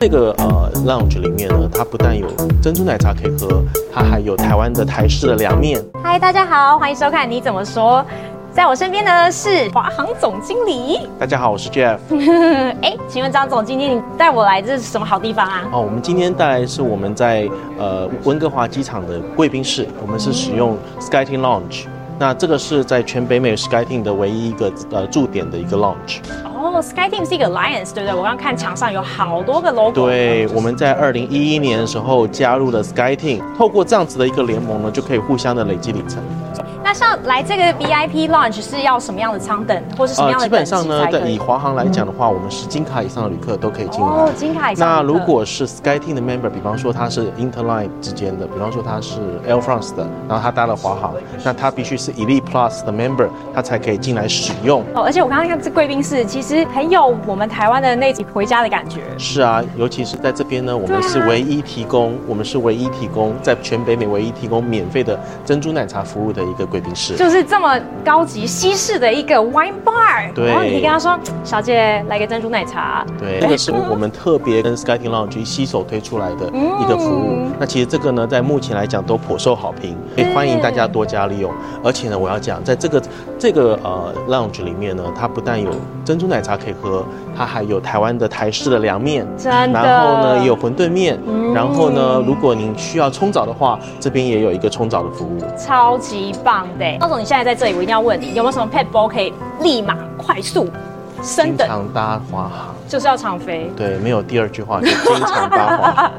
这个呃 lounge 里面呢，它不但有珍珠奶茶可以喝，它还有台湾的台式的凉面。嗨，大家好，欢迎收看《你怎么说》。在我身边呢是华航总经理。 大家好，我是 Jeff。哎，请问张总今天你带我来这是什么好地方啊？哦，我们今天带来是我们在呃温哥华机场的贵宾室，我们是使用 Skyteam Lounge。那这个是在全北美 Skyteam 的唯一一个呃驻点的一个 lounge。哦，SkyTeam 是一个 alliance，对不对？我刚刚看墙上有好多个 logo。对，我们在二零一一年的时候加入了 Skyteam，透过这样子的一个联盟呢，就可以互相的累积里程。那像来这个 VIP lounge 是要什么样的舱等，或是什么呃，样基的本等级上呢才，可在以以？华航来讲的话，我们是金卡以上的旅客都可以进来。哦，金卡以上那的如果是 SkyTeam 的 member，比方说他是 Interline 之间的，比方说他是 Air France 的，然后他搭了华航，那他必须是 Elite Plus 的 member，他才可以进来使用。哦，而且我刚刚看这贵宾室，其实很有我们台湾的那集回家的感觉。是啊，尤其是在这边呢，我对啊们是唯一提供，我们是唯一提供在全北美唯一提供免费的珍珠奶茶服务的一个贵宾室。就是这么高级西式的一个 wine bar，对然后你可以跟他说，小姐来个珍珠奶茶，对，哎这个是我们特别跟 Skyteam Lounge 携手推出来的一个服务。嗯那其实这个呢，在目前来讲都颇受好评，所以欢迎大家多加利用。嗯而且呢，我要讲，在这个这个呃 Lounge 里面呢，它不但有珍珠奶茶可以喝，它还有台湾的台式的凉面，真的。然后呢也有馄饨面，嗯然后呢，如果您需要冲澡的话，这边也有一个冲澡的服务。超级棒的。高总，你现在在这里，我一定要问你，有没有什么 pet ball 可以立马快速升经等？常搭华航，就是要常飞， 对，没有第二句话，就经常搭华航。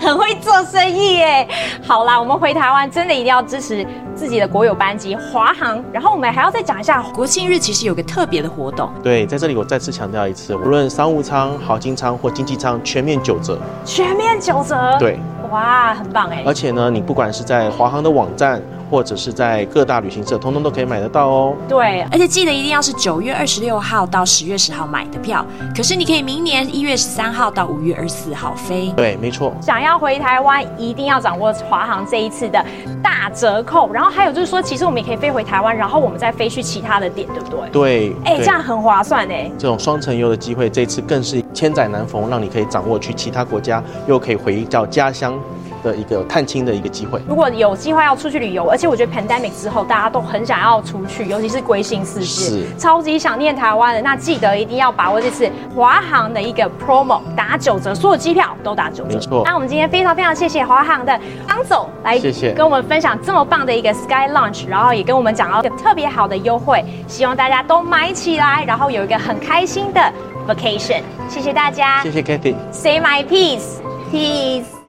很会做生意耶。好啦，我们回台湾真的一定要支持自己的国有班机华航，然后我们还要再讲一下国庆日其实有个特别的活动，对，在这里我再次强调一次，无论商务舱、豪金舱或经济舱，全面九折。全面九折。，对，呃哇，很棒哎而。且呢，你不管是在华航的网站，或者是在各大旅行社，通通都可以买得到哦。对，而且记得一定要是九月二十六号到十月十号买的票，可是你可以明年一月十三号到五月二十四号飞。对，没错。想要回台湾，一定要掌握华航这一次的大折扣。然后还有就是说，其实我们也可以飞回台湾，然后我们再飞去其他的点，对不对？对，哎、对这样很划算哎。这种双层游的机会，这次更是千载难逢，让你可以掌握去其他国家，又可以回到家乡的一个探亲的一个机会。如果有计划要出去旅游，而且我觉得 pandemic 之后，大家都很想要出去，尤其是归心似箭，是超级想念台湾的。那记得一定要把握这次华航的一个 promo 打九折，所有机票都打九折。没错那我们今天非常非常谢谢华航的张总来谢谢跟我们分享这么棒的一个 Sky Launch，然后也跟我们讲到一个特别好的优惠，希望大家都买起来，然后有一个很开心的 vacation。谢谢大家谢谢 Kathy。 ，Say my peace，peace。